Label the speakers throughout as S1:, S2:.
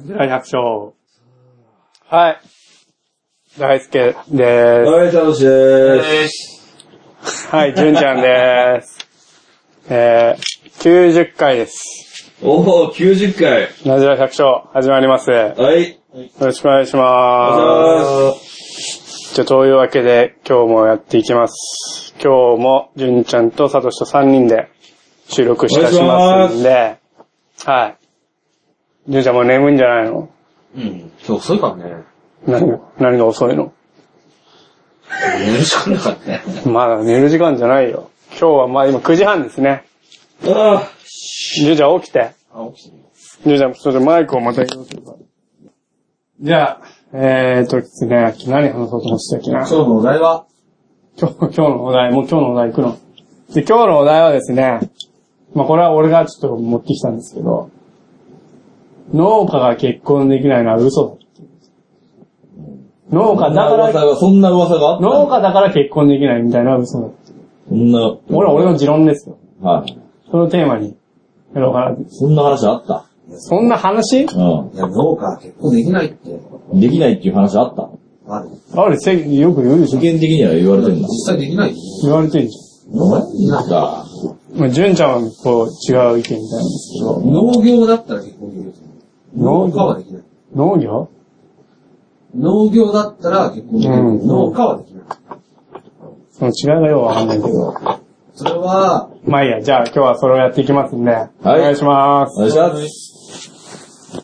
S1: じゃあ、百姓。はい。大輔で
S2: はい、楽しいです。
S1: す。はい、純ちゃんです。 えー、90回です。
S2: おー、90回。
S1: ラジオ百姓、始まります。よ
S2: はい。
S1: ろしくお願いしま
S2: あ
S1: す。じゃあ、というわけで、今日もやっていきます。今日も、純ちゃんとサトシと3人で収録したしますんで、はい。純ちゃんもう眠いんじゃないの
S3: うん。今日遅いからね。
S1: 何が、何が遅いの
S3: 寝るしかなかったね。
S1: まだ寝る時間じゃないよ。今日はまあ今9時半ですね。
S2: ーあ
S1: ジュちゃん起きて。
S3: あ、起きてるよ。
S1: ジュちゃん、ちょっとマイクをまた移動するから。じゃあ、えーとですね、何話そうと思ってたっけな。
S3: 今日のお題は
S1: 今日、今日のお題、もう今日のお題行くの。で、今日のお題はですね、まあこれは俺がちょっと持ってきたんですけど、農家が結婚できないのは嘘だっていう。農
S2: あ。
S1: 家だから、
S2: 噂が、そんな噂があった
S1: 農家だから結婚できないみたいなのは嘘だって。
S2: そんな、
S1: 俺は俺の持論ですよ。
S2: はい。
S1: そのテーマにやろうかなって。
S2: そんな話あった。
S1: そんな話
S3: い
S2: う
S3: や、農家は結婚できないって。
S2: ん。できないっていう話あった。
S3: ある。
S1: あれ、せよく言うでし
S2: 世
S1: ょ
S2: 間的には言われてるんだ
S3: 実。際できない
S1: 言われてるじ
S3: 農家でき
S2: な
S3: なんい。
S2: か、
S1: ゃん。まあ、純ちゃんはこう、違う意見みたいなんですけど。
S3: 農業だったら結婚できると思う。
S1: 農業
S3: 農家はできない。
S1: 農業
S3: 農業だったら結婚できる。
S1: うん
S3: 農家はできない。
S1: その違いがよくわかんないけど。
S3: それは、
S1: まあいいや、じゃあ今日はそれをやっていきますんで。はい。お願いしま
S2: お願
S1: す。
S2: いします。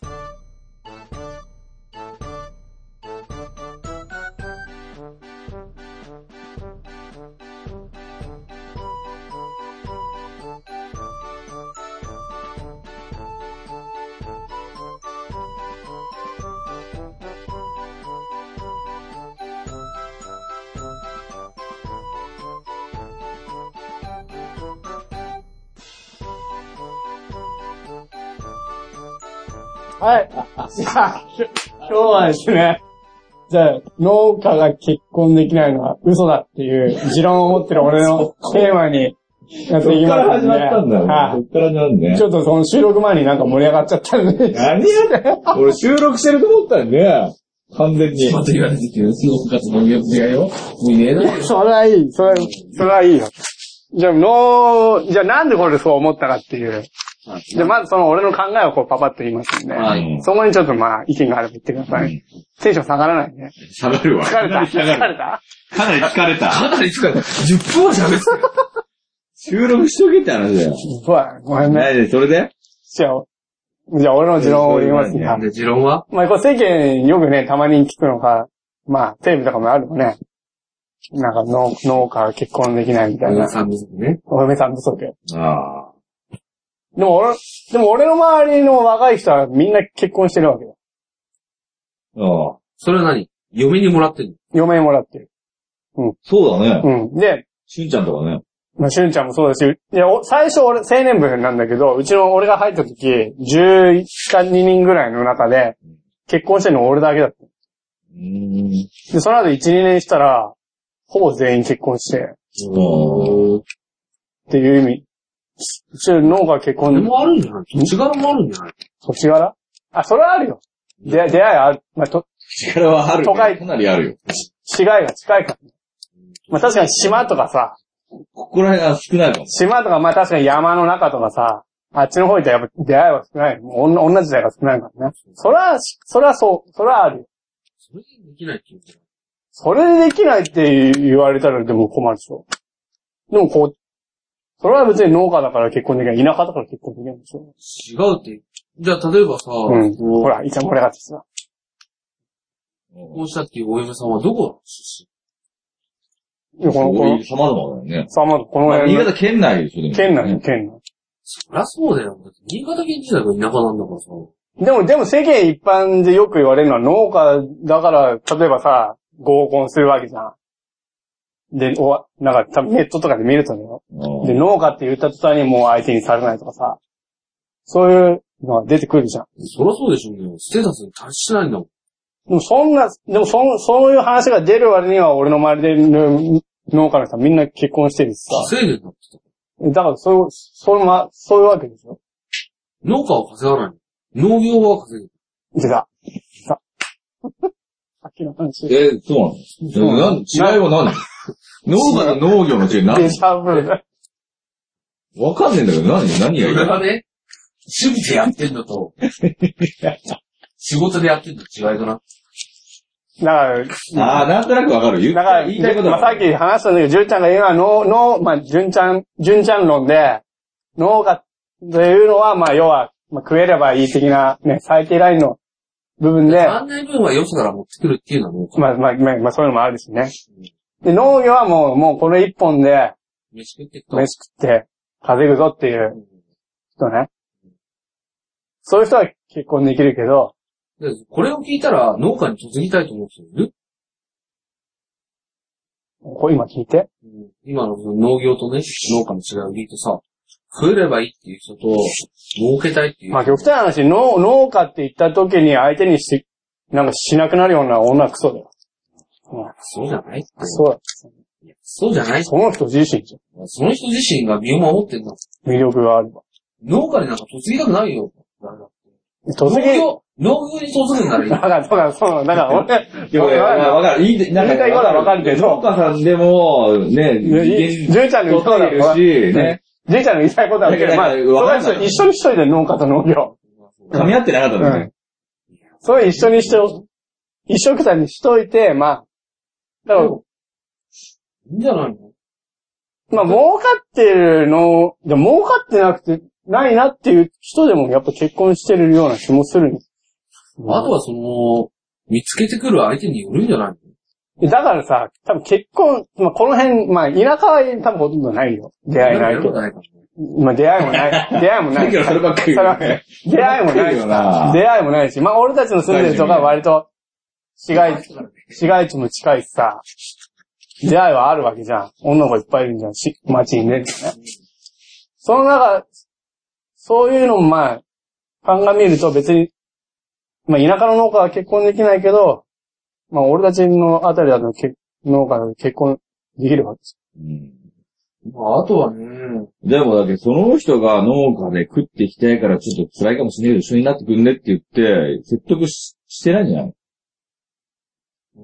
S1: はい。じゃあ、きょ今日はですね、じゃあ、農家が結婚できないのは嘘だっていう持論を持ってる俺のテーマにやってい
S2: そ
S1: き
S2: っか
S1: ま
S2: ら
S1: すんで。
S2: 始まったんだよ。
S1: は
S2: そっから始まる
S1: い。
S2: ね
S1: ち。ょっとその収録前になんか盛り上がっちゃったんで。
S2: 何やってん俺収録してると思ったんね。完全に。
S3: また言われてきてる。農家と農業の違いよ。もう言えないよ。
S1: それはいい。それ、それはいいよ。じゃあ、のじゃあなんでこれそう思ったかっていう。じゃあ、まずその俺の考えをこうパパッと言いますんで。
S3: はい
S1: そこにちょっとまあ、意見があれば言ってください。テンション下がらないね。
S2: 下がるわ
S1: 疲れた疲れた
S2: かなり疲れた。
S3: かなり疲れた。10分は喋ってた。
S2: 収録しとけって話だよ。
S1: そうだね。ごめんね。
S2: 何で、それで
S1: じゃあ、じゃあ俺の持論を言いますね。
S3: で、持論は
S1: まあ、これ世間よくね、たまに聞くのが、まあ、テレビとかもあるよね。なんか農、農家が結婚できないみたいな。
S3: さんですね。
S1: お嫁さん不足。
S2: ああ。
S1: でも俺、でも俺の周りの若い人はみんな結婚してるわけよ。
S2: ああ。
S3: それは何嫁にもらってる
S1: 嫁もらってる。
S2: そうだね。
S1: うん。で、
S2: しゅんちゃんとかね。
S1: まあ、しゅんちゃんもそうだし、いや、お最初俺、青年部なんだけど、うちの俺が入った時、11か2人ぐらいの中で、結婚してるの俺だけだっ
S2: うーん。
S1: た。で、その後1、2年したら、ほぼ全員結婚して、
S2: う
S1: っていう意味。うちの農家結
S3: それ
S1: 婚、
S3: もあるんじゃない違うのもあるんじゃない
S1: 土地柄あ、それはあるよ。出会い、出会いある。まあ、と、
S2: 力はある、ね。
S1: 都会
S2: かなりあるよ。
S1: 違いが近いから。まあ、確かに島とかさ、
S2: ここら辺は少ないかも。
S1: 島とか、まあ確かに山の中とかさ、あっちの方行ったらやっぱ出会いは少ない。もう女女自体が少ないからね。それは、それはそう、それはあるよ。
S3: それでできないって言うから。
S1: それでできないって言われたらでも困るでしょ。でもこう、それは別に農家だから結婚できない。田舎だから結婚できないでしょ。
S3: 違うって。じゃあ、例えばさ、
S1: うん。
S3: こ
S1: ほら、いちゃんこれがってさ。
S3: う、こうしたっていうお嫁さんはどこ出
S1: いやこの、こ
S2: こ
S1: の
S2: ういう、様々だよね。
S1: さまずこの
S2: まあ、
S1: 辺
S2: 新
S1: の、
S2: 潟県内でしょ、でも
S1: 県内、県内。
S3: 身そりゃそうだよ。だって新潟県自体が田舎なんだからさ。
S1: でも、でも世間一般でよく言われるのは農家だから、例えばさ、合コンするわけじゃん。で、おわ、なんか多分ネットとかで見るとね、
S2: うん
S1: で、農家って言った途端にもう相手にされないとかさ、そういうのが出てくるじゃん。
S3: そりゃそうでしょうね。ステータスに達してないんだもん。
S1: でもそんな、でもそん、そういう話が出る割には俺の周りでの農家の人はみんな結婚してるしさ。
S3: 稼いでんだって。
S1: だからそういう、そういうま、そういうわけでしょ。
S3: 農家は稼がない。農業は稼いでる。
S1: 出た。出た。 さっきの話。デ
S2: え、そうなのなん違いは何農家と農業の違い何
S1: ジャ ブだ。
S2: わかんねえんだけど何何がい
S3: そ
S2: い
S3: れがね、趣味でやってんのと、仕事でやってんの違いだな。
S1: だから、
S2: ああ、なんとなくわかる。言っ
S1: だから、
S2: 言いたいこと
S1: まあ、さっき話したんだけど、純ちゃんが言うのは、の、の、まあ、純ちゃん、純ちゃん論で、農家というのは、まあ、要は、まあ、食えればいい的な、ね、最低ラインの部分で、
S3: 3年分は良さから持ってくるっていうのはもう、
S1: まあ、まあ、まあ、まあ、そういうのもあるしね。で、農業はもう、もうこれ一本で、
S3: 飯食ってっと。
S1: 飯食って、稼ぐぞっていう人ね。そういう人は結婚できるけど、
S3: でこれを聞いたら農家に嫁ぎたいと思う人いる、
S1: こう今聞いて。
S3: 今のその農業とね、農家の違いを聞いてさ、食えればいいっていう人と、儲けたいっていう。
S1: まあ、極端な話、農、農家って言った時に相手にし、なんかしなくなるような女はクソだよ。
S3: そうじゃないって。
S1: そうだ。
S3: そうじゃない
S1: その人自身じ
S3: その人自身が身を守ってんだ。
S1: ゃん。魅力があれば。
S3: 農家になんか嫁ぎたくないよ。
S1: 突
S3: 農
S1: 撃、
S3: 業、農業に嫁ぐんならいい
S1: だ。から、だから、そうなのだから、
S2: いやいやいやわかる。言いたい、なん
S1: 言いたいことはわかるけど
S2: 農家さんでも、
S1: 俺、
S2: ね、
S1: いやいい純ちゃんの言いたいことは、
S2: 取れるし、ね、
S1: じいちゃんの言いたいことはわかるけど、まあ、
S2: い
S1: そ
S2: やい
S1: れ
S2: やわかんない
S1: は一緒にしといて農家と農業。
S2: 噛み合ってなかったんだね。
S1: それ一緒にしてお、一緒くたにしといて、まあ、だから、
S3: いいんじゃないの
S1: まあ、儲かってるの、でも儲かってなくて、ないなっていう人でもやっぱ結婚してるような気もするんです。
S3: あとはその、見つけてくる相手によるんじゃないの
S1: だからさ、多分結婚、まあ、この辺、まあ、田舎は多分ほとんどないよ。出会いないけど。
S3: ないからね
S1: まあ、出会いもない。出会いも
S2: さ
S1: な
S2: っ
S1: い。
S2: きのそればっかり
S1: それは
S2: 言うね。
S1: 出会いもないし
S2: よな
S1: 出会いもないし、まあ俺たちの住んでるとこは割と、市街地、市街地も近いしさ、出会いはあるわけじゃん。女の子いっぱいいるんじゃん、し街にね。その中、そういうのもまあ、鑑みると別に、まあ田舎の農家は結婚できないけど、まあ俺たちのあたりだとけ農家だと結婚できるわけです
S2: うん
S3: まあ、あとはね、
S2: でもだけど、その人が農家で食っていきたいからちょっと辛いかもしれないけど、一緒になってくんねって言って、説得ししてないんじゃない
S3: ま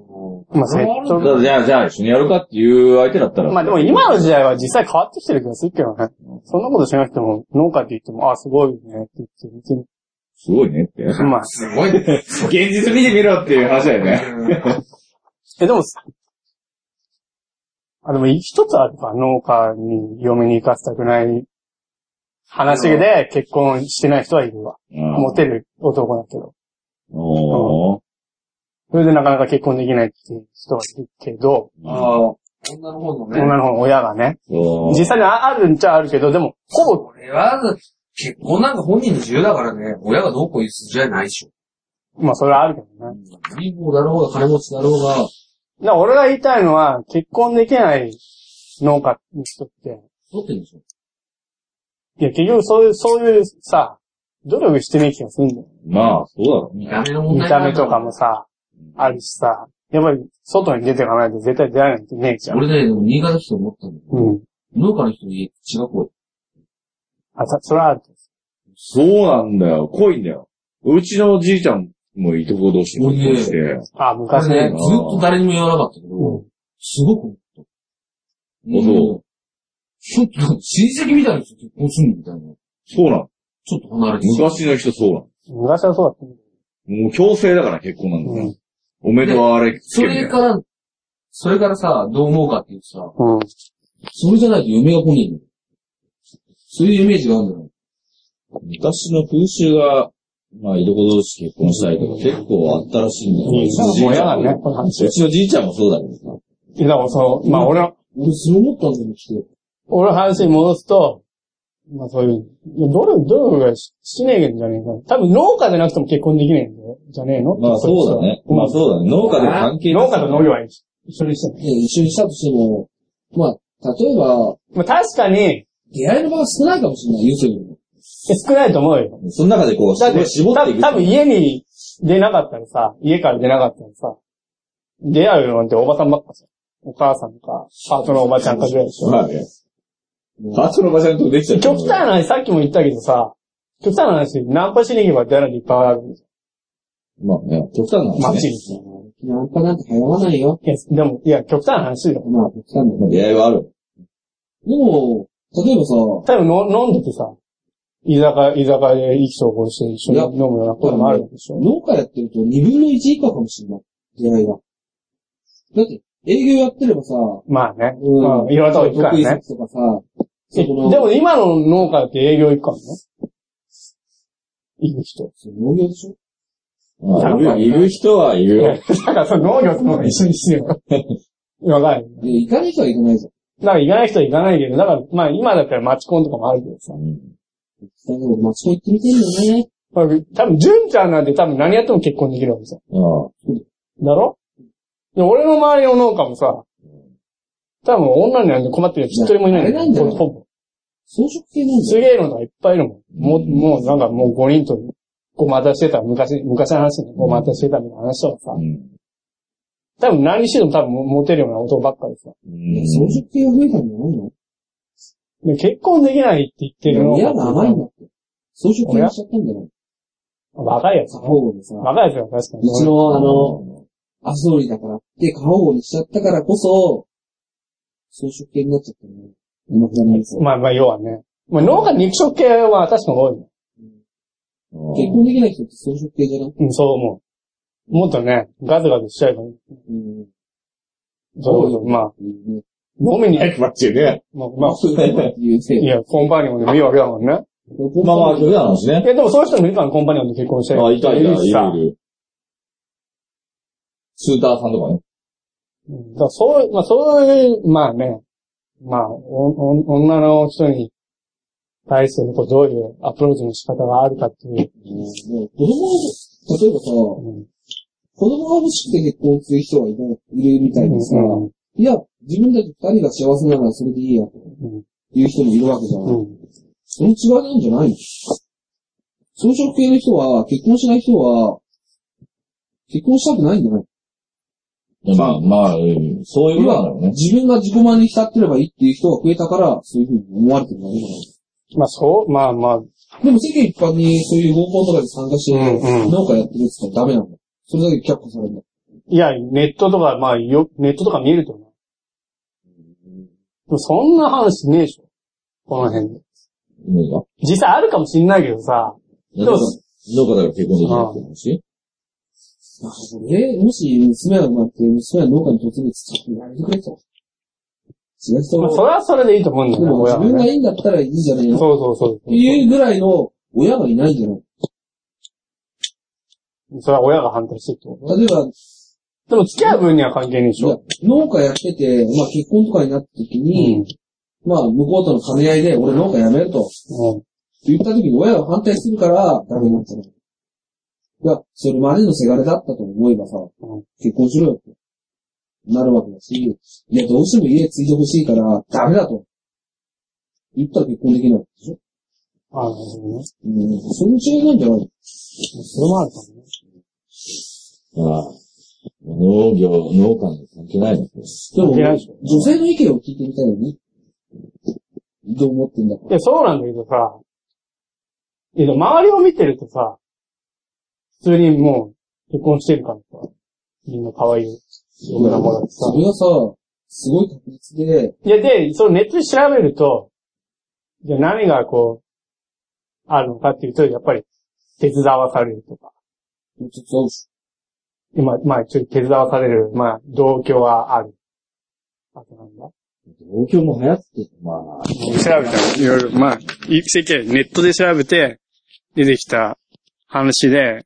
S1: まあ説得
S2: だからじゃあ、じゃあ一緒にやるかっていう相手だったら。
S1: まあでも今の時代は実際変わってきてる気がするけどね。そんなことしなくても、農家って言っても、あ、すごいねって言って、別に。
S2: すごいねって。
S1: まあ、
S3: すごいね。
S2: 現実見てみろっていう話だよね。
S1: え、でもさ、あ、でも一つあるか、農家に嫁に行かせたくない話で結婚してない人はいるわ。 モテる男だけど。
S2: おー
S1: それでなかなか結婚できないっていう人はいるけど、
S3: ああ、女の方のね。
S1: 女の方の親がね、
S2: そう
S1: 実際にああるんちゃあるけど、でも、ほぼ、
S3: これは、結婚なんか本人の自由だからね、親がどうこう言う筋合いないでしょ。
S1: まあそれはあるけどね。
S3: 貧乏だろうが金持ちだろうが、
S1: だから俺が言いたいのは、結婚できない農家の人って、
S3: 取ってんでしょ。
S1: いや、結局そういう、そういうさ、努力してない気がするんだよ。
S2: まあ、そうだろう
S3: 見
S2: ね。
S3: た目の問
S1: 見
S3: 題
S1: た目とかも。さ、あるしさ、やっぱり外に出ていかないと絶対出会えないってねえじゃん。
S3: 俺ね、でも新潟の人思ったんだけど、
S1: うん。
S3: 農家の人に違う子、
S1: あ、たそれはある。
S2: そうなんだよ。濃いんだよ。うちのじいちゃんもいとこ同士で結婚して、
S1: あ、
S3: こ
S1: 昔
S3: れ
S1: ね
S3: ね、ずっ。と誰にも言わなかったけど、すごく思った。
S2: あそう
S3: ちょっとなんか親戚みたいな人と結婚するみたいな。
S2: そうなの。
S3: ちょっと離れてる
S2: 昔の人そうなの。
S1: 昔はそうだっ
S2: もう強制だから結婚なん
S1: た
S2: だ
S1: んだ
S2: よね
S1: よ。
S2: おめでとうあれ、
S3: それから、それからさ、どう思うかって言ってさ、
S1: うん。うん。
S3: それじゃないと嫁が来ねえの。そういうイメージがあるんだよ。
S2: 昔の風習が、まあ、いとこ同士結婚したりとか結構あったらしいんだよ。
S1: うん
S2: うちのじい
S1: もう
S2: ち
S1: 嫌だ
S2: ゃん
S1: ね、この話。
S2: うちのじいちゃんもそうだけど
S1: いや、だからそう、まあ俺の、
S3: 俺そう思ったんだよ、来て。
S1: 俺の話に戻すと、まあそういう、いや、努力、努力がししねえんじゃねえかな。多分農家でなくても結婚できねえんだよ。じゃねえの
S2: さ。まあ、そうだね。まあ、
S1: う。
S2: そうだね。農家でも関係な
S1: 農
S2: い。
S1: 家と農業は一緒にしてね。
S3: 一緒にしたとしても、まあ、例えば、
S1: まあ確かに、え
S3: 出会いの場が少ないかもしれない、言うてるの。
S1: 少ないと思うよ。
S2: その中でこう、
S1: だって、
S2: 絞っていく。
S1: た多分家に出なかったらさ、家から出なかったらさ、出会うなんておばさんばっかじゃん。お母さんとか、パートのおばちゃんかぐらいでしょ。
S2: まあね。パートの場所のとこできちゃう。
S1: 極端な話、さっきも言ったけどさ、極端な話、ナンパしに行けば出会えるのいっぱいあるじ
S2: まあね、極端な
S1: まあ、
S2: 話
S1: ち
S2: ね。
S1: い
S3: ナンパなんて流行らないよ。
S1: や、でも、いや、極端な話だよ。
S3: まあ、極端だ
S2: まあ、
S3: ね。
S2: 出会いはある。
S3: でも、例えばさ、
S1: 多分の、飲んでてさ、居酒屋、居酒屋で意気相合して一緒に飲むようなこともあるでしょ。
S3: 農家やってると2分の1以下かもしれない。出会いが。だって、営業やってればさ、
S1: まあね。
S3: うん
S1: うん。いろんなとこ行くか
S3: 得意
S1: らね。
S3: 先とかさ、
S1: え
S3: そ
S1: で
S3: この、
S1: も今の農家って営業行くからね。行く人。
S3: その農業でしょ
S2: ま
S1: な
S2: あ
S1: んか
S2: いるいる人はいる
S1: いや
S2: よ。
S1: だからその農業と農業一緒にしてよ。わかる。
S3: で、行かない人は行かないじゃん。
S1: だから行かない人は行かないけど、だから、まあ今だったらマチコンとかもあるけどさ。
S3: だけど、町子行ってみてんだよね。
S1: まあ多分、純ちゃんなんて多分何やっても結婚できるわけさ。
S2: うん
S1: だろで俺の周りの農家もさ、多分女になんて困ってるやつ一人もいない
S3: いやあれなんだよ
S1: ほぼ。
S3: 装飾系なんだよ。
S1: すげえのとかいっぱいいるもん。もう、もうなんかもう5人とごまたしてた、昔、昔の話ね、ごまたしてたみたいな話とかさ
S2: う、ん
S1: 多分何しても多分モテるような男ばっかりさ。
S3: いや装飾系が増えたんじゃないの
S1: で結婚できないって言ってるの
S3: いや、甘いんだって。装飾系にしちゃったんじゃない
S1: 若いやつ
S3: 過。保護でさ、う
S1: 若いやつよ、確かに。
S3: ちのあの、アスドリだからって過保護にしちゃったからこそ、装飾系になっちゃったね。うまくなりそう。
S1: まあまあ、要はね。まあ、農家肉食系は確かに多いね。
S2: うん
S3: 結婚できない人って装飾系じゃない
S1: うん、そう思う。もっとね、ガツガツしちゃえばいい。
S3: うん。
S1: そうそう、まあ、
S3: うんね。
S1: 飲みに、
S2: 早く待ってね。
S1: まあ、まあ、
S3: そういうことっていうせい
S1: い
S3: で。
S1: や、コンパニオンでもいいわけだもんね。
S2: まあまあ、極端な話
S1: い
S2: ね。
S1: や、でもそういう人もいるから、コンパニオンで結婚して。
S2: あ、いたいた、いるい
S1: さ。
S2: る。スーターさんとかね。
S1: うんだからそういう、まあそういう、まあね、まあ、おお女の人に対してこうどういうアプローチの仕方があるかっていう。
S3: うんね子供を、例えばさ、子
S1: うん
S3: 供が欲しくて結婚する人がいないいるみたいにさ、
S1: うん
S3: いや、自分たち二人が幸せならそれでいいや、と
S1: うん
S3: いう人もいるわけじゃん。
S1: うん
S3: その違いなんじゃないの装飾系の人は、結婚しない人は、結婚したくないんじゃない
S2: まあまあ、うんそういうことなんだろうね。
S3: 自分が自己満に浸ってればいいっていう人が増えたから、そういうふうに思われてるんだけど。
S1: まあそう、まあまあ、
S3: でも世間一般にそういう合コンとかで参加して、
S1: うんうん
S3: なんかやってるって言ったらダメなんだ。それだけ却下されるんだ。
S1: いや、ネットとか、まあよ、ネットとか見るとね。でもそんな話ねえでしょ。この辺で。
S2: 何が
S1: 実際あるかもしんないけどさ。
S2: 農
S1: も
S2: 家だから結婚できないって話
S3: なるほどね。もし娘が生まれて、娘は農家に突入してやめてくれと。違う人
S1: まあそ
S3: も、
S1: れはそれでいいと思うんだ
S3: で
S1: よね、
S3: も
S1: 親は
S3: 自分が
S1: ね。
S3: いいんだったらいいじゃない
S1: そう
S3: の。って
S1: そうそう。
S3: いうぐらいの親がいないんじゃない
S1: それは親が反対してってこと
S3: 例えば、
S1: でも付き合う分には関係ねえでし
S3: いや
S1: ょ。
S3: 農家やってて、まあ結婚とかになった時に、まあ向こうとの兼ね合いで、俺農家辞めると
S1: うん。うん
S3: 言った時に親が反対するから、ダメになっちゃう。いや、それまでのせがれだったと思えばさ
S1: うん、
S3: 結婚しろよって、なるわけだし、いや、どうしても家継いでほしいから、ダメだと。言ったら結婚できないでしょ
S1: ああ、なるほどね。
S3: うん、その違いなんじゃない
S1: それもあるかもね。
S2: ああ農業、農家に関係ないの
S3: でも、
S1: 関係ないでしょ
S3: 女性の意見を聞いてみたいよね。どう思ってんだか。
S1: いや、そうなんだけどさ、いや、でも周りを見てるとさ、普通にもう結婚してるからさ、みんな可愛い女の子だってさ
S3: そ。れがさ、すごい確率で、
S1: いや、で、そのネットで調べると、じゃあ何がこう、あるのかっていうと、やっぱり、手伝わされるとか。
S3: ちょっと
S1: 今、まあ、ちょっと手伝わされる、まあ、同居はある。あとなんだ
S2: 東京も流行ってる、まあ。
S1: 調べたら、いろいろ、まあ、い世間、ネットで調べて、出てきた話で、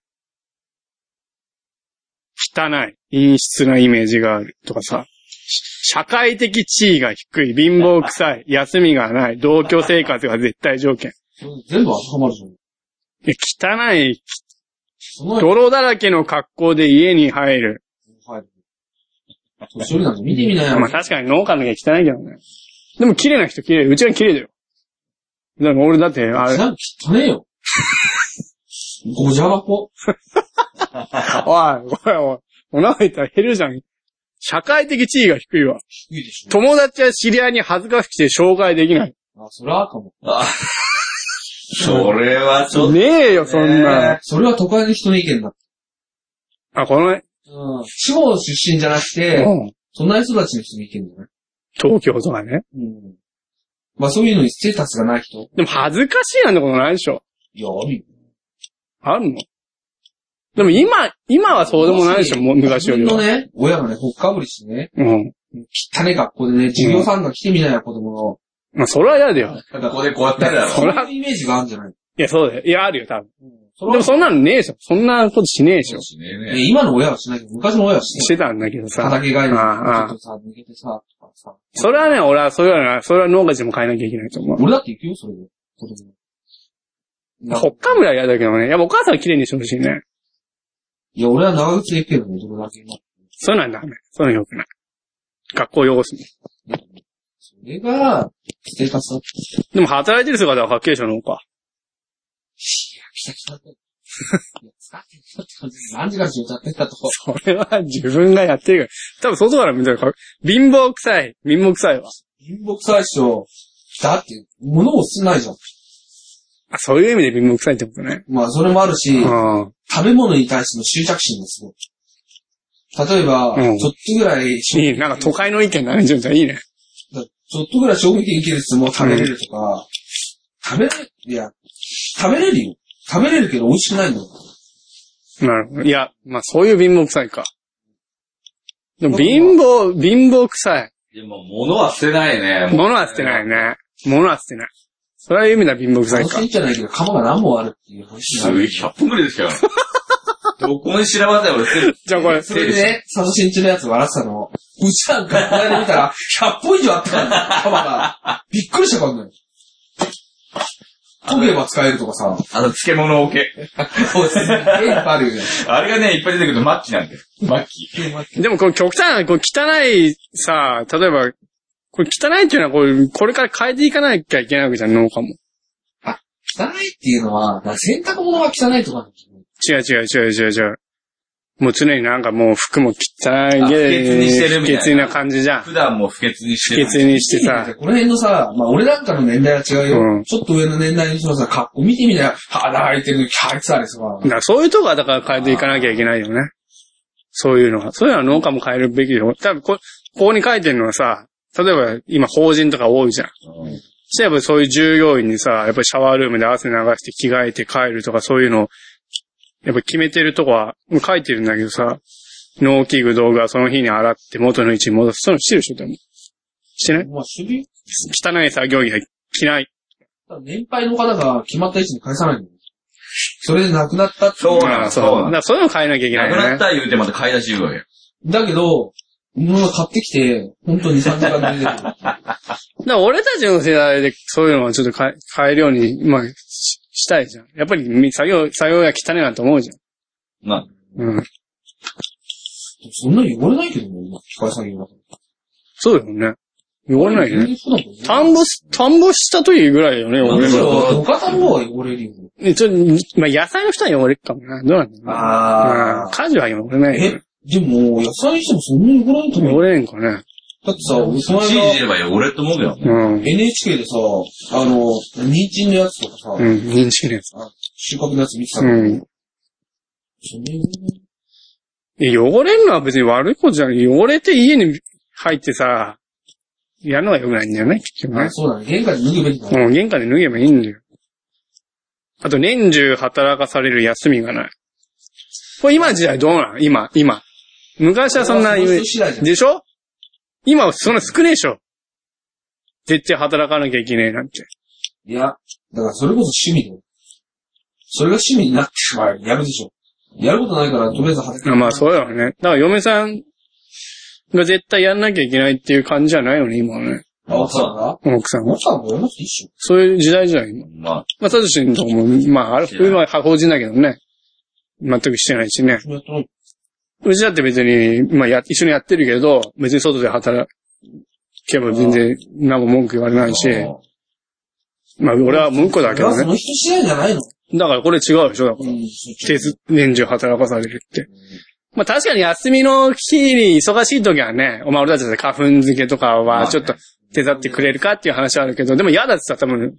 S1: 汚い、陰湿なイメージがあるとかさ、し社会的地位が低い、貧乏臭い、休みがない、同居生活が絶対条件。
S3: 全部当てはまるじゃん。
S1: いや汚い、
S3: その
S1: 泥だらけの格好で家に入る。
S3: はい。年寄りなんて見てみなよ。
S1: まあ確かに農家の家汚いけどね。でも綺麗な人綺麗。うちは綺麗だよ。だから俺だって、あれ、
S3: なんか汚ねえよ。ごじゃ
S1: おい、
S3: 箱。
S1: おい、おい、お腹痛い減るじゃん。社会的地位が低いわ。
S3: 低いでしょ。
S1: 友達や知り合いに恥ずかしくて紹介できない。
S3: あ、それはかも。
S2: それはちょっ
S1: ねえよ、そんな。
S3: それは都会の人の意見だ。
S1: あ、このね、
S3: うん。地方出身じゃなくて、
S1: うん
S3: 隣育ちの人もいけるんじゃない
S1: 東京とかね。
S4: うん。
S3: まあそういうのにステータスがない人
S1: でも恥ずかしいなんてことないでしょ。
S3: いや、あるよ。
S1: あるのでも今、今はそうでもないでしょ、もう昔より
S3: 自
S1: は。
S3: 分のね、親がね、ほっかぶりしてね、
S1: うん。
S3: 汚ね学校でね、授業参観来てみないよ、子供の。
S1: まあ、それは嫌だよ。
S3: だ
S2: ここでこうやってやるやろ
S3: そういうイメージがあるんじゃない
S1: いや、そうだよ。いや、あるよ、多分。
S3: それ
S1: でも
S3: は
S1: そんなのねえでしょ。そんなことしねえでしょ。
S2: しねえね。
S3: ね今の親はしないけど、昔の親はし
S1: し
S3: ない。
S1: てたんだけどさ。
S3: 畑帰りにち
S1: ああ
S3: ょっとさ、抜けてさ、とかさ。
S1: それはね、俺は、それはな、それは農家でも変えなきゃいけないと思う。
S3: 俺だって行くよ、それで。子供の。
S1: 北海道は嫌だけどね。やっぱお母さんは綺麗にしてほしいね。
S3: いや、俺は長靴で行くけどね、どれだけの。
S1: そういうのはダメ。そういうの良くない。学校汚すね。
S3: それが、ステータスだって。
S1: でも働いてる姿はかっけえでしょ、農家。
S3: キタキタだって。いや、使ってるよって感じで、何時から仕事やってんだと。
S1: それは自分がやってるから。多分外から見たらかっ、貧乏臭い。貧乏臭いわ。
S3: 貧乏臭いっしょ。だって、物を捨てないじゃん。
S1: あ、そういう意味で貧乏臭いってことね。
S3: まあ、それもあるし、
S1: うん。
S3: 食べ物に対しての執着心がすごい。例えば、
S1: うん
S3: ちょっとぐらい、
S1: いいね。なんか都会の意見だね、純ちゃん。いいね。
S3: だちょっとぐらい賞味期限切れてても食べれるとか、食べれ、いや、食べれるよ。食べれるけど美味しくないんだよ。
S1: なるほど。いや、まあそういう貧乏臭いか。でも貧乏、貧乏臭い。
S2: でも、物は捨てないね。。
S1: 物は捨てないいね。物は捨てない。それは意味だ、貧乏臭い
S3: 楽
S1: か
S3: しい。んじゃないけど、釜が何本あるっていう話に
S2: す
S3: な
S2: げえ、
S3: る。
S2: 100本ぐらいですよ。どこに調べたよ、俺捨てる。
S1: じゃあこれ、
S3: それでね、佐藤新一のやつ笑ってたの。うちなんか、この間見たら、100本以上あったから、カバが。びっくりしたからね。研げば使えるとかさ。
S2: あの、漬物置け。
S3: そうですね。いっぱいあるよね。
S2: あれがね、いっぱい出てくるとマッチなんだよ。マッキー。
S1: でもこの極端な、こう汚いさ、例えば、これ汚いっていうのはこれ、これから変えていかなきゃいけないわけじゃん、農家も。
S3: 汚いっていうのは、だから洗濯物が汚いとかなんですよ
S1: 違う違う違う違う違う。もう常になんかもう服も汚い
S2: あ不潔にしてるみたいな
S1: 不潔な感じじゃん。
S2: 普段も不潔にして
S1: 不
S2: る。
S1: 潔にしてさ。
S3: この辺のさ、まあ俺なんかの年代は違うよ。
S1: うん
S3: ちょっと上の年代の人のさ、格好見てみなよ。肌履いてるのに履いてたりさ。
S1: だからそういうとこはだから変えていかなきゃいけないよね。そういうのは。そういうのは農家も変えるべきよ。多分こ、ここに書いてるのはさ、例えば今法人とか多いじゃん。
S2: うん
S1: そういえばそういう従業員にさ、やっぱりシャワールームで汗流して着替えて帰るとかそういうのを、やっぱ決めてるとこは、もう書いてるんだけどさ、農機具道具はその日に洗って元の位置に戻す。そういうのしてるでしょ、でも。してない
S3: まあ主流
S1: 汚い作業着が着ない。
S3: 年配の方が決まった位置に返さないのよそれで亡くなったってい
S2: そうなの
S1: ああそう
S2: そうなの
S1: だからそういうの変えなきゃいけな
S2: ないくな
S1: よ
S2: っ
S1: ね。
S2: た言うてまた買い出し言うわけ。
S3: だけど、物を買ってきて、本当に2、3時間で出てくる。
S1: だから俺たちの世代でそういうのはちょっと変え変えるように、まあ、ししたいじゃん。やっぱりみ作業、作業が汚いなと思うじゃん。
S2: まあ、
S1: うん。
S3: そんなに汚れないけどね、今、機械作業だか
S1: そうだよね。汚れ
S3: ら。
S1: ないよね。
S3: 全然そうだもんね
S1: 田んぼす、田んぼした時ぐらいだよね、
S2: む
S1: 俺
S2: し
S1: は
S2: ろ。
S3: お母さんの方が汚れるよね。
S1: ねちょ、まあ、野菜の人は汚れるかもな。どうなんだろうな。
S3: あー
S1: うん家事は汚れないよね。
S3: でも、野菜にしてもそんなに汚れないと思う
S1: 汚
S3: よ。
S1: れんかね。
S3: だってさ、俺その
S2: 信じ
S3: 間、
S2: ればよ、俺と思うけどね。
S1: うん。
S3: NHK でさ、あの、ニンジンのやつとかさ、
S1: うん、認識のやつ。
S3: 収穫のやつ見てた
S1: う
S3: の。
S1: ん。
S3: そんなに汚れない
S1: いや汚れるのは別に悪いことじゃない。汚れて家に入ってさ、やるのは良くないんだよね、結局ね
S3: あ。そうだね。玄関で脱ぐべきだね。
S1: もう玄関で脱げばいいんだよ。あと年中働かされる休みがない。これ今の時代どうなん今、今。昔はそんな
S3: その
S1: 夢
S3: 人次第じゃん
S1: でしょ今はそんな少ねえでしょ絶対働かなきゃいけないなんて。
S3: いや、だからそれこそ趣味だよ。それが趣味になってしまえばやるでしょ。やることないから、とりあえず畑
S1: あまあそうだよね。だから嫁さんが絶対やんなきゃいけないっていう感じじゃないよね、今はね。
S3: あ、奥さんが
S1: 奥さんは。
S3: 奥さんもやらなくていいっし
S1: そういう時代じゃない、今。
S2: まあ、
S1: まあ、サトシのとこも、まあ、あれ、今は法人だけどね。全くしてないしね。
S3: ょ。やってない。
S1: うちだって別に、まあや、一緒にやってるけど、別に外で働けば全然何も文句言われないし、まあ俺は文句だけど
S3: それはそ
S1: ね。
S3: の人次第じゃないの。
S1: だからこれ違うでしょ、だから。
S3: うん。
S1: 季節、年中働かされるって。まあ確かに休みの日に忙しい時はね、まあ俺たちだって花粉漬けとか
S2: まあ
S1: は
S2: ね
S1: ちょっと手伝ってくれるかっていう話はあるけど、でも嫌だってさ、多分、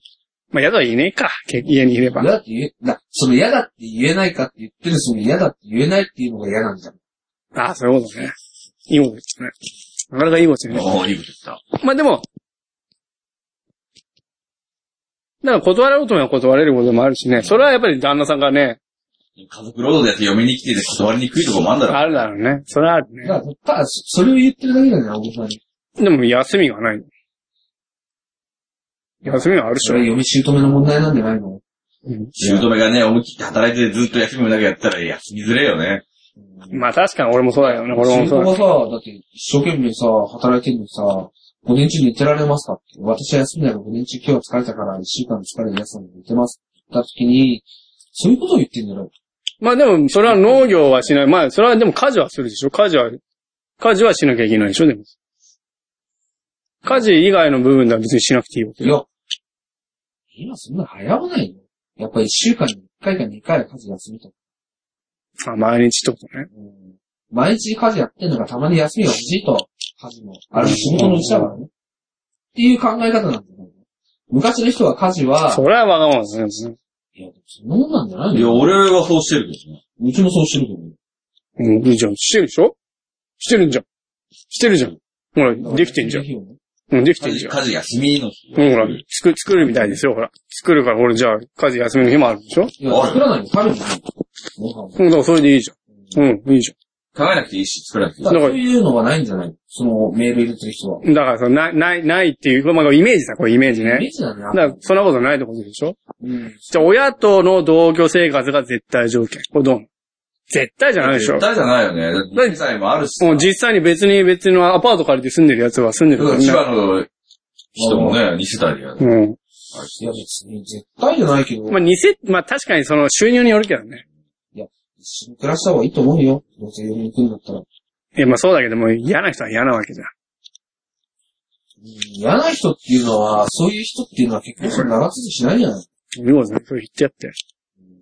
S1: まあ、宿はいねえか。け家にいれば
S3: 嫌。だって言え、な、その嫌だって言えないかって言ってる、その嫌だって言えないっていうのが嫌なんじゃん。
S1: ああ、そういうことね。いいこと言ったね。なかなかいいこと言うね。
S2: ああ、いいこと言った。
S1: まあでも、だから断ろうとも断れることもあるしね。それはやっぱり旦那さんがね、
S2: 家族労働でやって嫁に来てて断りにくいとこもあんだろ。
S1: あるだろうね。それはあるね。
S3: だから、ただ、そそれを言ってるだけだよね、お子さんに。
S1: でも休みがない。休みがあるっし
S3: そ
S1: ょ
S3: れは。嫁姑の問題なんじゃないの
S1: うん
S2: 姑がね、思い切って働いてずっと休みもなくやったら休みづれえよね。
S1: まあ確かに俺もそうだよね。俺もそう
S3: 姑
S1: だ
S3: が。さ、だって一生懸命さ、働いてるのにさ、午前中寝てられますかって。私は休みだから午前中今日は疲れたから一週間疲れて休んで寝てます。だった時に、そういうことを言ってんだろ。
S1: まあでも、それは農業はしない。まあ、それはでも家事はするでしょ家事は、家事はしなきゃいけないでしょでも。家事以外の部分では別にしなくていいわけ
S3: い
S1: よ。
S3: や、今そんな早くないよ。やっぱ一週間に一回か二回は家事休みとか。
S1: あ毎日とかね。
S3: うん毎日家事やってんのがたまに休みが欲しいと、家事も。あれも仕事のうちだからね。っていう考え方なんじゃないの昔の人は家事は、
S1: それはわがままですね。
S3: いや、そんなもんなんじゃない
S2: いや、
S3: の
S2: 俺はそうしてるけどね。
S3: うちもそうしてるけどね。
S1: うん、いいじゃん。してるでしょしてるんじゃん。してるじゃん。ほら、できてんじゃん。
S3: ん。
S1: うん、できてん
S2: 家事、
S1: じゃん。
S2: 家事休みの日。
S1: うん、ほら、作、作るみたいですよ、ほら。作るから、俺じゃあ、家事休みの日もあるでしょ
S3: いや、作らないで食べるじゃん。ご飯も
S1: うん、だからそれでいいじゃん。うん、いいじ
S2: 考えなくていいし、作らなくていい
S3: だからそういうのはないんじゃないそのメール入れてる人は。
S1: ゃん。だから、その、ない、ない、ないっていう、まあ、イメージだ、これイメージ
S3: イメ
S1: ね。
S3: ージだね。
S1: だから、そんなことないってことでしょ
S3: うん。
S1: じゃあ、親との同居生活が絶対条件。これどう絶対じゃないでしょ
S2: 絶。対じゃないよね。だって
S1: 何
S2: 経済もあるしさ。
S1: もう実際に別に別のアパート借りて住んでるやつは住んでる
S2: だ
S1: か
S2: からら千
S1: ね。
S2: 葉の人もね、2世帯でやる。
S1: うん。
S3: いや、別に絶対じゃないけど、
S1: まあ、偽、まあ確かにその収入によるけどね。
S3: 一緒に暮らした方がいいと思うよ。どうせ嫁に行くんだったら。うん
S1: いや、まあそうだけども、嫌な人は嫌なわけじゃん。
S3: 嫌な人っていうのは、そういう人っていうのは結局それ長続きしないじゃない
S1: 見事にそれ言ってやって。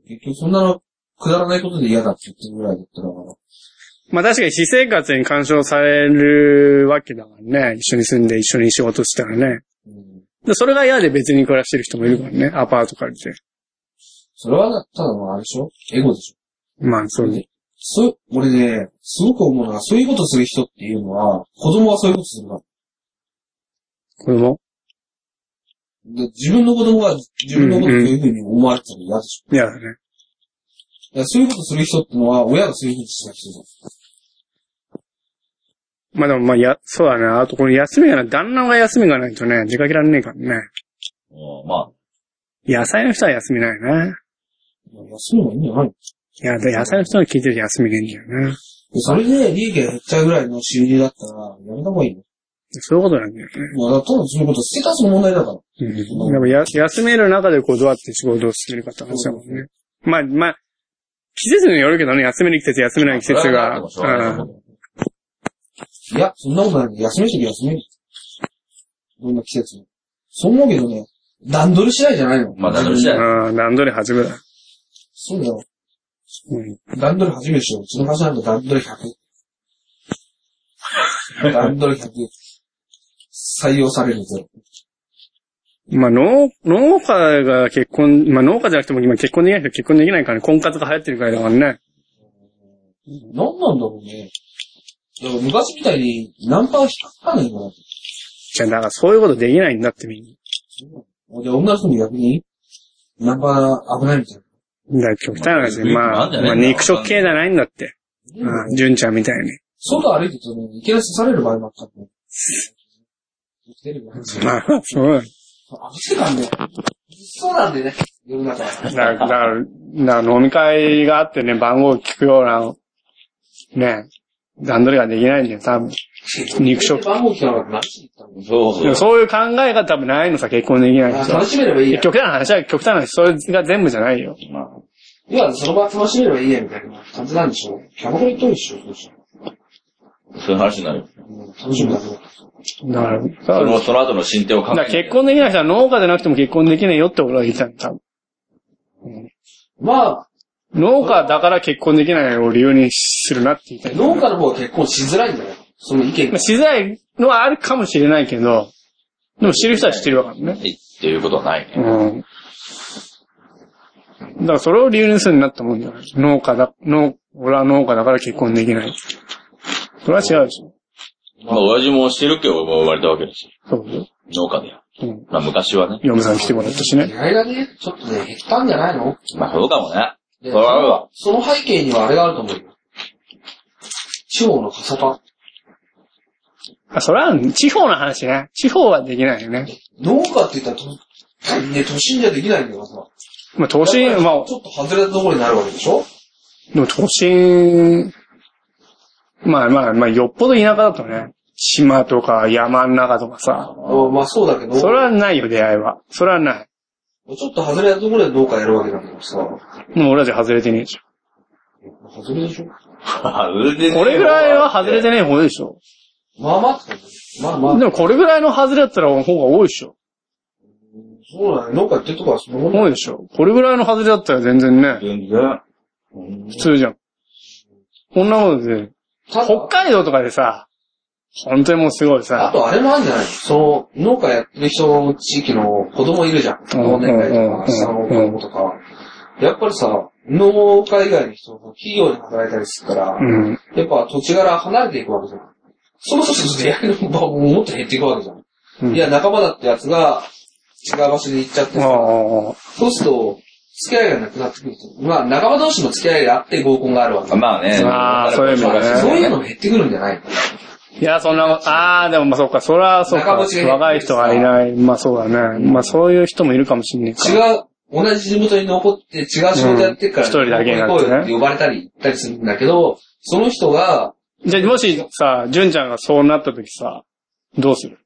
S3: 結局そんなの、くだらないことで嫌だって言ってるぐらいだったら、
S1: まあ確かに私生活に干渉されるわけだからね。一緒に住んで一緒に仕事したらね。
S3: うん。
S1: でそれが嫌で別に暮らしてる人もいるからね。アパート借りて。
S3: それは、ただのあれでしょエゴでしょ
S1: まあそうで。
S3: そう、俺ね、すごく思うのは、そういうことする人っていうのは、子供はそういうことするから。
S1: 子供
S3: で自分の子供が自分のことをそういうふうに思われてたら嫌でしょ。
S1: 嫌だね。
S3: だからそういうことする人ってのは、親がそういうふうにしなくていいじゃん
S1: まあでもまあや、そうだね。あとこれ休みがない。旦那が休みがないとね、出かけられねえからね。
S2: うんまあ、
S1: 野菜の人は休みないね。
S3: いや休みもいいんじゃないの
S1: いや、で野菜の人は聞いてると休みねえんだよね。
S3: でそれで利益が減っちゃうぐらいの収入だったら、やめた方がいいよ。
S1: そういうことなんだよね。
S3: もう、だからただそういうこと、ステータスの問題だから。
S1: うん。でもや、休める中でこうどうやって仕事を進めるかって話だもんね。まあ、まあ、季節によるけどね、休める季節、休めない季節が。
S2: まあそれはなんと
S1: う
S2: かしょうがない
S3: いや、そんなことない。休めるとき休める。どんな季節も。そう思うけどね、段取り次第じゃないの。
S2: まあ段取り次第
S1: ん。うん、段取り始めだ。
S3: そうだよ。
S1: うん。
S3: 段取り初めてしょ。うちの会社なんて段取り100。段取り100。採用されるゼロ。
S1: まあ、農、農家が結婚、まあ農家じゃなくても今結婚できない人結婚できないからね、婚活が流行ってるくらいだからね。
S3: なんなんだろうね。だから昔みたいにナンパは引っかかんないんだなって。
S1: じゃあだからそういうことできないんだってみんな。
S3: で、女の人も逆に、ナンパ危ないみたい
S1: だから極端な話で、
S2: まあ
S1: まあ、
S2: なんじゃね
S1: まあ、肉食系じゃないんだって。
S3: な。
S1: うん、純ちゃんみたいに。
S3: 外歩いてるとね、いきなり刺される場合もあったって。出るよ。
S1: まあ、そう
S3: あ、来てたんだよ。そうなんでね、世の中は。
S1: だ。だから、だから、だから飲み会があってね、番号を聞くような、ね、段取りができないんだよ、多分。肉食。
S3: 番号聞かなかった。何しに行ったの
S2: そう
S1: で
S2: そう
S1: も。そういう考えが多分ないのさ、結婚できない
S3: あ
S1: 人は
S3: 楽。しめればいいや。
S1: 極端な話は極端な話、それが全部じゃないよ。
S2: まあ
S3: いや、その場楽しめればいいや、みたいな感じなんでしょキャバクラ行っとるでしょ、どうしよ
S2: そういう話になる。
S3: ううん楽しむだけだ。
S1: だから、だか
S2: そ
S1: ら
S2: の、その後の進展を考
S1: だ
S2: え
S1: から結婚できない人は農家でなくても結婚できないよって俺は言いたいんだ、多分。
S3: まあ、
S1: 農家だから結婚できないを理由にするなって言いたい。
S3: 農家の方は結婚しづらいんだよ。その意見
S1: まあ、
S3: が。
S1: しづらいのはあるかもしれないけど、でも知る人は知ってるわからね。
S2: っていうことはないね。
S1: うん。だからそれを理由にするになったもんじゃない。農家だ、農、俺は農家だから結婚できない。それは違うでしょ。
S5: まあ、親父もしてるけど、生まれたわけだし。
S1: そうだよ。
S5: 農家だよ。
S1: うん。
S5: まあ、昔はね。
S1: 嫁さん来てもらったし
S3: 意
S1: ね。
S3: 外だね。ちょっとね、減ったんじゃないの
S5: まあ、そうかもね。
S3: で
S5: それはあるわ
S3: その背景にはあれがあると思うよ。地方の過疎化。
S1: あ、それは地方の話ね。地方はできないよね。
S3: 農家って言ったらと、ね、都心じゃできないんだよ、さ。
S1: まあ、都
S3: やっぱ
S1: 心、
S3: り
S1: まあ
S3: ち、ょっと外れたところになるわけでしょ
S1: でも都心、まあまあまあ、よっぽど田舎だとね、島とか山の中とかさ、
S3: うんまあそうだけど、
S1: それはないよ、出会いは。それはない。
S3: ちょっと外れたところで農家やるわけだけどさ。
S1: もう俺たち外れてねえじ
S3: 外れでしょ
S1: ゃん。これぐらいは外れてねえ方でしょ。
S3: まあまあってことまあまあ。
S1: でもこれぐらいの外れだったら方が多いでしょ。
S3: そうだね。農家ってとこはそのもんだよ
S1: 多いでしょ。これぐらいの外れだったら全然ね、
S2: 全然。
S1: 普通じゃん。こんなもんで、
S3: ただ
S1: 北海道とかでさ、本当にもうすごい
S3: あ
S1: さ、
S3: とあれもあるんじゃないその、農家やってる人の地域の子供いるじゃん。
S1: うん
S3: 同年代とか、下の子供とか。やっぱりさ、農家以外の人、企業で働いたりするから、
S1: うん。
S3: やっぱ土地柄離れていくわけじゃん。そもそも出会いの場ももっと減っていくわけじゃん。
S1: うん
S3: いや、仲間だってやつが違う場所に行っちゃって
S1: あ
S3: さ、
S1: あ、
S3: そうすると、付き合いがなくなってくると。まあ、仲間同士の付き合いがあって合コンがあるわけ。
S2: まあね。
S1: あーそういう意味だね
S2: まあ
S3: そういうのも減ってくるんじゃない
S1: いや、そんなこと、ああ、でもまあそうか、そらそうか、
S3: 中持ちがいない
S1: 若い人がいない、まあそうだね。まあそういう人もいるかもしんないから。
S3: 違う、同じ地元に残って違う仕事やってっから、
S1: うん一人だけになってね
S3: ここ行こうよって呼ばれたり行ったりするんだけど、その人が、
S1: じゃあもしさ、純ちゃんがそうなった時さ、どうする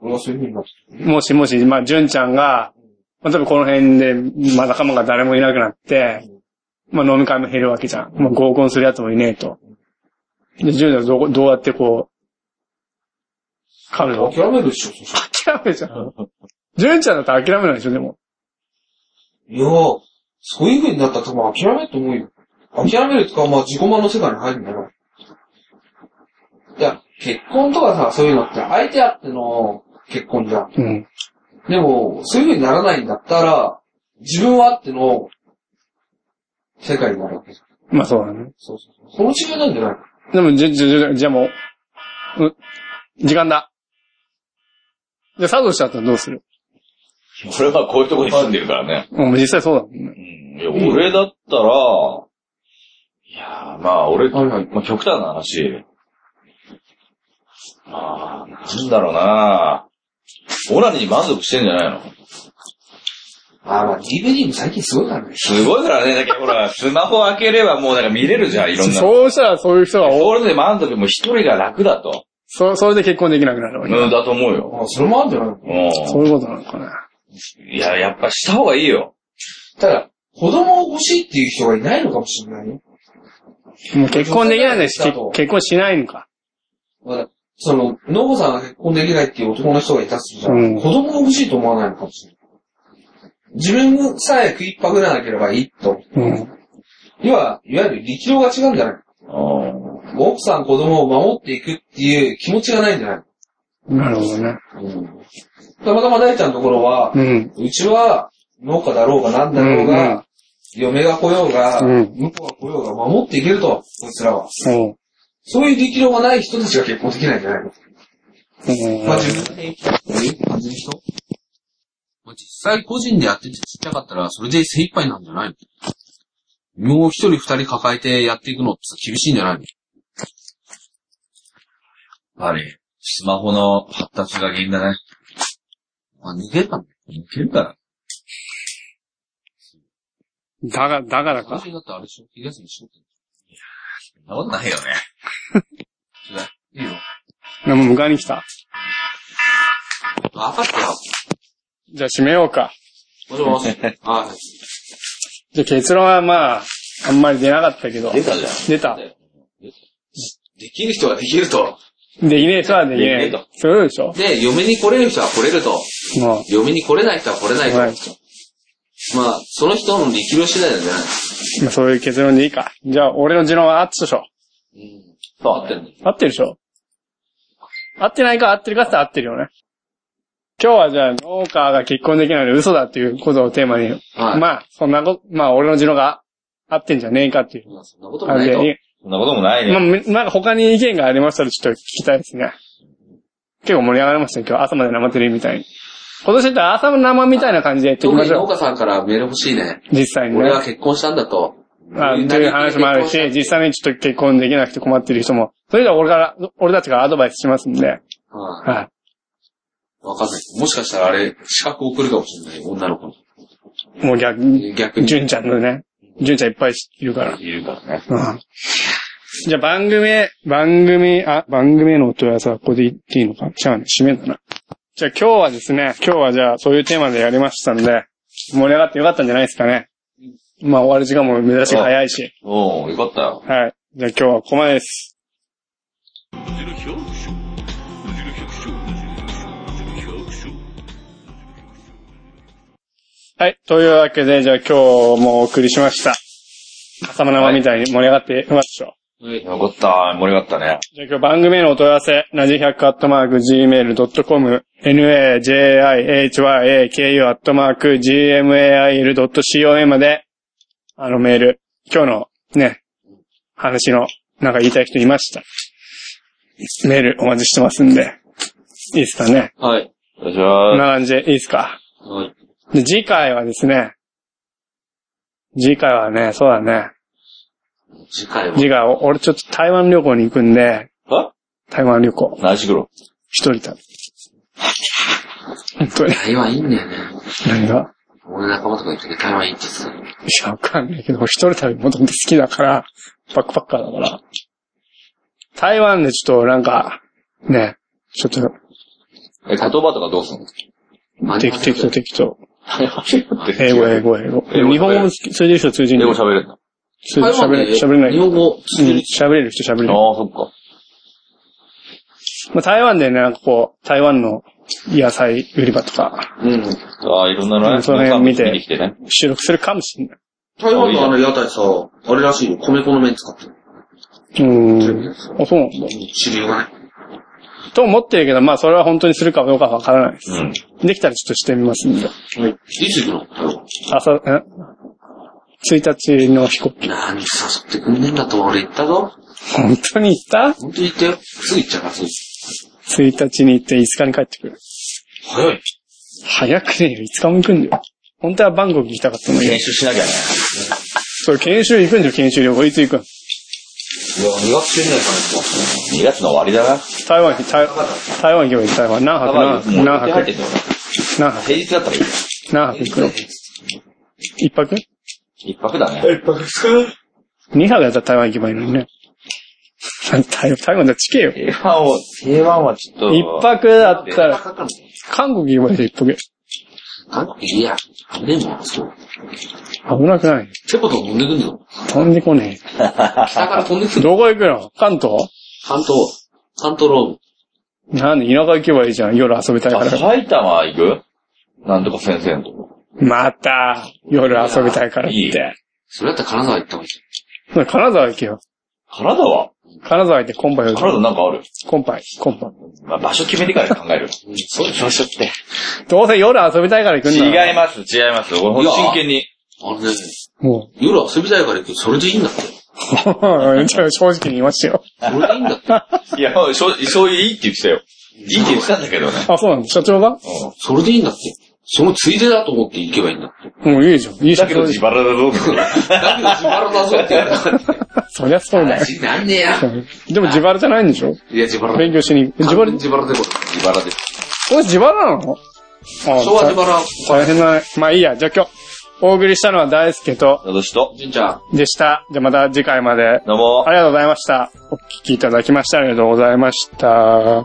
S3: 俺はそういう風になって
S1: もしもし、まあ純ちゃんが、まあ、例えばこの辺で、まあ仲間が誰もいなくなって、まあ飲み会も減るわけじゃん。まあ合コンする奴もいねえと。で、純ちゃんはどこ、どうやってこう、彼女を
S3: 諦めるでしょ、そしたら
S1: 諦めちゃう。純ちゃんだって諦めないでしょ、でも。
S3: いやそういう風になったら多分諦めると思うよ。諦めるとか、まあ自己満の世界に入るんだろう。いや、結婚とかさ、そういうのって相手あっての結婚じゃん。
S1: うん。
S3: でも、そういう風にならないんだったら、自分はあっての世界になるわけじゃん。
S1: まあそうだね。
S3: そうそうそう。その違いなんじゃない
S1: でも、じゃ、じゃ、じゃ、じゃあもう、う、時間だ。じゃあ、佐藤しちゃったらどうする
S5: 俺はこういうとこに住んでるからね。
S1: うん、実際そうだもんね。
S5: うんいや、俺だったら、いやーまあ俺、
S3: はいはい
S5: まあ極端な話。まあ、なんだろうなオナニーに満足してんじゃないの
S3: あーまあ、DVD も最近すごいからね。
S5: すごいからね、だけどほ ら、スマホ開ければもうなんか見れるじゃん、いろんな。
S1: そうしたらそういう人が多い、
S5: 俺で満足もう一人が楽だと。
S1: そ、それで結婚できなくなるわ
S5: う
S1: け。
S5: ん、だと思うよ。
S3: あそれもあるんじゃないの
S5: う
S1: そういうことなのかな。
S5: ん。いや、やっぱした方がいいよ。
S3: ただ、子供を欲しいっていう人がいないのかもしれないよ。
S1: もう結婚できないんだし、
S3: そう
S1: 結
S3: そう
S1: 結婚しないのか。
S3: まだ、その、ノボさんが結婚できないっていう男の人がいたとしたら、
S1: うん
S3: 子供が欲しいと思わないのかもしれない。自分さえ食いっぱぐらなければいいと。
S1: うん。
S3: 要は、いわゆる力量が違うんじゃない
S5: うん。
S3: 奥さん子供を守っていくっていう気持ちがないんじゃない
S1: なるほどね。
S3: たまたま大ちゃんのところは、
S1: うん。
S3: うちは農家だろうがなんだろう
S1: うんう
S3: が、嫁が来ようが、
S1: うん
S3: 向こうが来ようが守っていけると、こいつらは。
S1: おう。
S3: そういう力量がない人たちが結婚できないんじゃないの
S1: うん
S3: まあ自分で一杯っていう感じの人まあ実際個人でやっててちっちゃかったら、それで精一杯なんじゃないのもう一人二人抱えてやっていくのってさ厳しいんじゃないの
S5: やっぱり、スマホの発達が原因だね。
S3: まあ逃げたんだよ。
S5: いけるから。
S1: だが、だからか。
S3: 私だってあれでしょ昼休みしよう
S5: そんなことないよね。
S3: って。いいよ。
S1: でも、迎えに来た。
S3: 分かったよ。
S1: じゃあ、締めようか。
S3: 俺も忘れてた。はい。
S1: じゃあ、結論はまあ、あんまり出なかったけど。
S5: 出たじゃん。
S1: 出た。
S3: できる人はできると。
S1: できねえ人はできね
S5: できねえ
S1: え。そういうことでしょ
S3: で、嫁に来れる人は来れると。
S1: もう。
S3: 嫁に来れない人は来れないと。
S1: はい
S3: まあ、その人の力量次第なんじゃない
S1: まあ、そういう結論でいいか。じゃあ、俺の持論はあっちでしょ。
S5: そう、合ってんの
S1: 合ってるでしょ合ってないか合ってるかって合ってるよね。今日はじゃあ、農家が結婚できないので嘘だっていうことをテーマに、
S3: はい。
S1: まあ、そんなこと、まあ、俺の持論が合ってんじゃねえかっていう
S3: まあ、そんなことも
S1: 感
S3: な
S1: じ
S3: いと。
S1: で、
S5: そんなこともない
S1: まあ、
S5: ね。
S1: めなんか他に意見がありましたらちょっと聞きたいですね。結構盛り上がりましたね、今日。朝まで生テレビみたいに。今年だって朝の生みたいな感じでやっていき
S3: 特
S1: ま
S3: に
S1: しょ
S3: 農
S1: う。
S3: 家さんからメール欲しいね。
S1: 実際にね
S3: 俺。が結婚したんだと。
S1: あという話もあるし、実際にちょっと結婚できなくて困ってる人も、それでは俺から、俺たちがアドバイスしますんで、
S3: はい。
S1: はい。
S3: わかんない。もしかしたらあれ、資格送るかもしれない、女の子に。
S1: もう逆、
S3: 逆に。
S1: 純ちゃんのね、純ちゃんいっぱいいるから。
S3: いるからね。
S1: うんじゃあ番組、番組、あ、番組へのお問い合わせはここで言っていいのかじゃあね、締めだな。じゃあ今日はですね、今日はじゃあそういうテーマでやりましたんで、盛り上がってよかったんじゃないですかね。まあ終わる時間も珍しい早いし。
S5: おうよかったよ。
S1: はい。じゃあ今日はここまでです。はい。というわけで、じゃあ今日もお送りしました。朝の生みたいに盛り上がってよかったでしょ。
S5: よかった。盛り上がったね。
S1: じゃあ今日番組へのお問い合わせ、なじ100アットマーク gmail.com、najihyaku アットマーク gmail.com まで、あのメール、今日のね、話の、なんか言いたい人いました。メールお待ちしてますんで。いいですかね。
S3: はい。
S5: お願いし
S1: こん
S5: ま
S1: な感じでいいですか。
S3: はい。
S1: で、次回はですね、次回はね、そうだね。
S3: 次回は。
S1: 次回、お俺ちょっと台湾旅行に行くんで、
S5: あ
S1: 台湾旅行、
S5: す。何しろ。
S1: 一人旅。本当に、
S3: 台湾いいんだよね。
S1: 何が
S3: 俺仲間とか言ったけど台湾いいって言って
S1: いや、わかんないけど、一人旅もともと好きだから、バックパッカーだから。台湾でちょっとなんか、ね、ちょっと、
S5: え、言葉とかどうすんの
S3: た。
S1: 適適当適当。
S5: 英
S1: 英語、英語、英語。
S5: 英語
S1: 日本語も好き、通じる人通じ
S5: 英
S1: る
S5: 語
S1: 人。
S5: 喋れるんだ。
S1: 通じる人喋れ、喋れない。
S3: 日
S1: うん
S3: 本語、通じる
S1: 喋れる人喋れる。
S5: ああ、そっか。
S1: まあ、台湾でね、なんかこう、台湾の野菜売り場とか、
S3: うん。
S5: ああ、いろんな
S1: う
S5: の
S1: ん
S5: ね、
S1: その辺見て
S5: 見てきてね。
S1: 収録するかもしれない。
S3: 台湾のあの屋台さ、あれらしいよ。米粉の麺使ってる。
S1: うーん。あ、そうなんだ。
S3: 知りようがない。
S1: と思ってるけど、まあ、それは本当にするかどうかわからないです。
S5: うん。
S1: できたらちょっとしてみますんで。
S3: はい。いつ行くの台湾
S1: 朝、え ?1 日の飛行機。
S3: 何誘ってくんねえんだと俺言ったぞ。
S1: 本当に行った
S3: 本当に言ったよ。すぐ行っちゃうから、すぐ。
S1: ?1 日に行って5日に帰ってくる。
S3: 早い。
S1: 早くねえよ。5日も行くんだよ。本当はバンコク行きたかったんだけど
S5: 練。習しなきゃね。
S1: それ研修行くんだよ、研修旅行。いつ行くん
S5: いや、2月じゃないかな。2月の終わりだな。
S1: 台湾、台台湾行けばいい、台湾。何
S5: カ
S1: 泊
S5: バーに
S1: 何
S5: もう予定入ってん
S1: 何泊
S5: だよ。
S1: 何泊
S5: 平日だったらいいよ。
S1: 何泊行くの一泊
S5: 一泊だね。
S1: 二泊だったら台湾行けばいいのにね。台台湾だ、地形よ。
S5: 平和を、平和はちょっと。
S1: 一泊だったら、
S3: かかんない。
S1: 韓国行けばいいじゃん、一泊。
S3: 韓国いいや。でも、そう。
S1: 危なくない
S3: ってことは飛んでくんの
S1: 飛んでこね
S3: 北から飛んでく
S1: え。
S3: る。
S1: どこ行くの関東
S3: 関東、関東ローム。
S1: なんで、田舎行けばいいじゃん、夜遊びたいか
S5: あ
S1: ら。
S5: 埼玉行くなんとか先生のとこ。
S1: また、夜遊びたいからっ
S5: いい
S1: て。
S3: それだったら金沢行った方が
S1: 金
S3: い
S1: 沢行けよ。
S5: 体は
S1: 金沢行ってコンパよ。
S5: 体なんかある。
S1: コンパイ、コンパ。
S5: まあ、場所決めてから考える。そうしましょって。
S1: どうせ夜遊びたいから行くんだろ。
S5: 違います、違います。俺ほんと真剣に。
S3: い。あれね、
S1: もう。
S3: 夜遊びたいから行く。それでいいんだって。
S1: じゃあ正直に言いましたよ。
S3: それでいいんだって。
S5: いや、そう、そういいって言ってたよ。いいって言ってたんだけどね。
S1: あ、そうなんだ。社長が
S5: う
S3: それでいいんだって。そのついでだと思って行けばいいんだって。
S1: もういいじゃん。いい
S5: ん。
S1: 社
S5: だけど
S1: 長で
S5: 自
S1: しょ。
S5: 腹だ ぞ。
S3: だけど自腹だぞって言われた から。
S1: そりゃそうだよ。
S3: 話になんねえや。
S1: でも自腹じゃないんでしょ
S3: いや、自腹。
S1: 勉強しに。自
S3: 完全
S1: 腹
S3: に、自腹でこ
S5: 自腹です。
S1: これ自腹なのあ
S3: れ。昭和自
S1: 大
S3: 腹。
S1: 大変だね。まあいいや。じゃあ今日、お送りしたのは大輔と
S5: 私と、
S3: じんちゃん。
S1: でした。じゃあまた次回まで。
S5: どうも
S1: あ。
S2: 哎
S1: りがとうございました。お聞きいただきましてありがとうございました。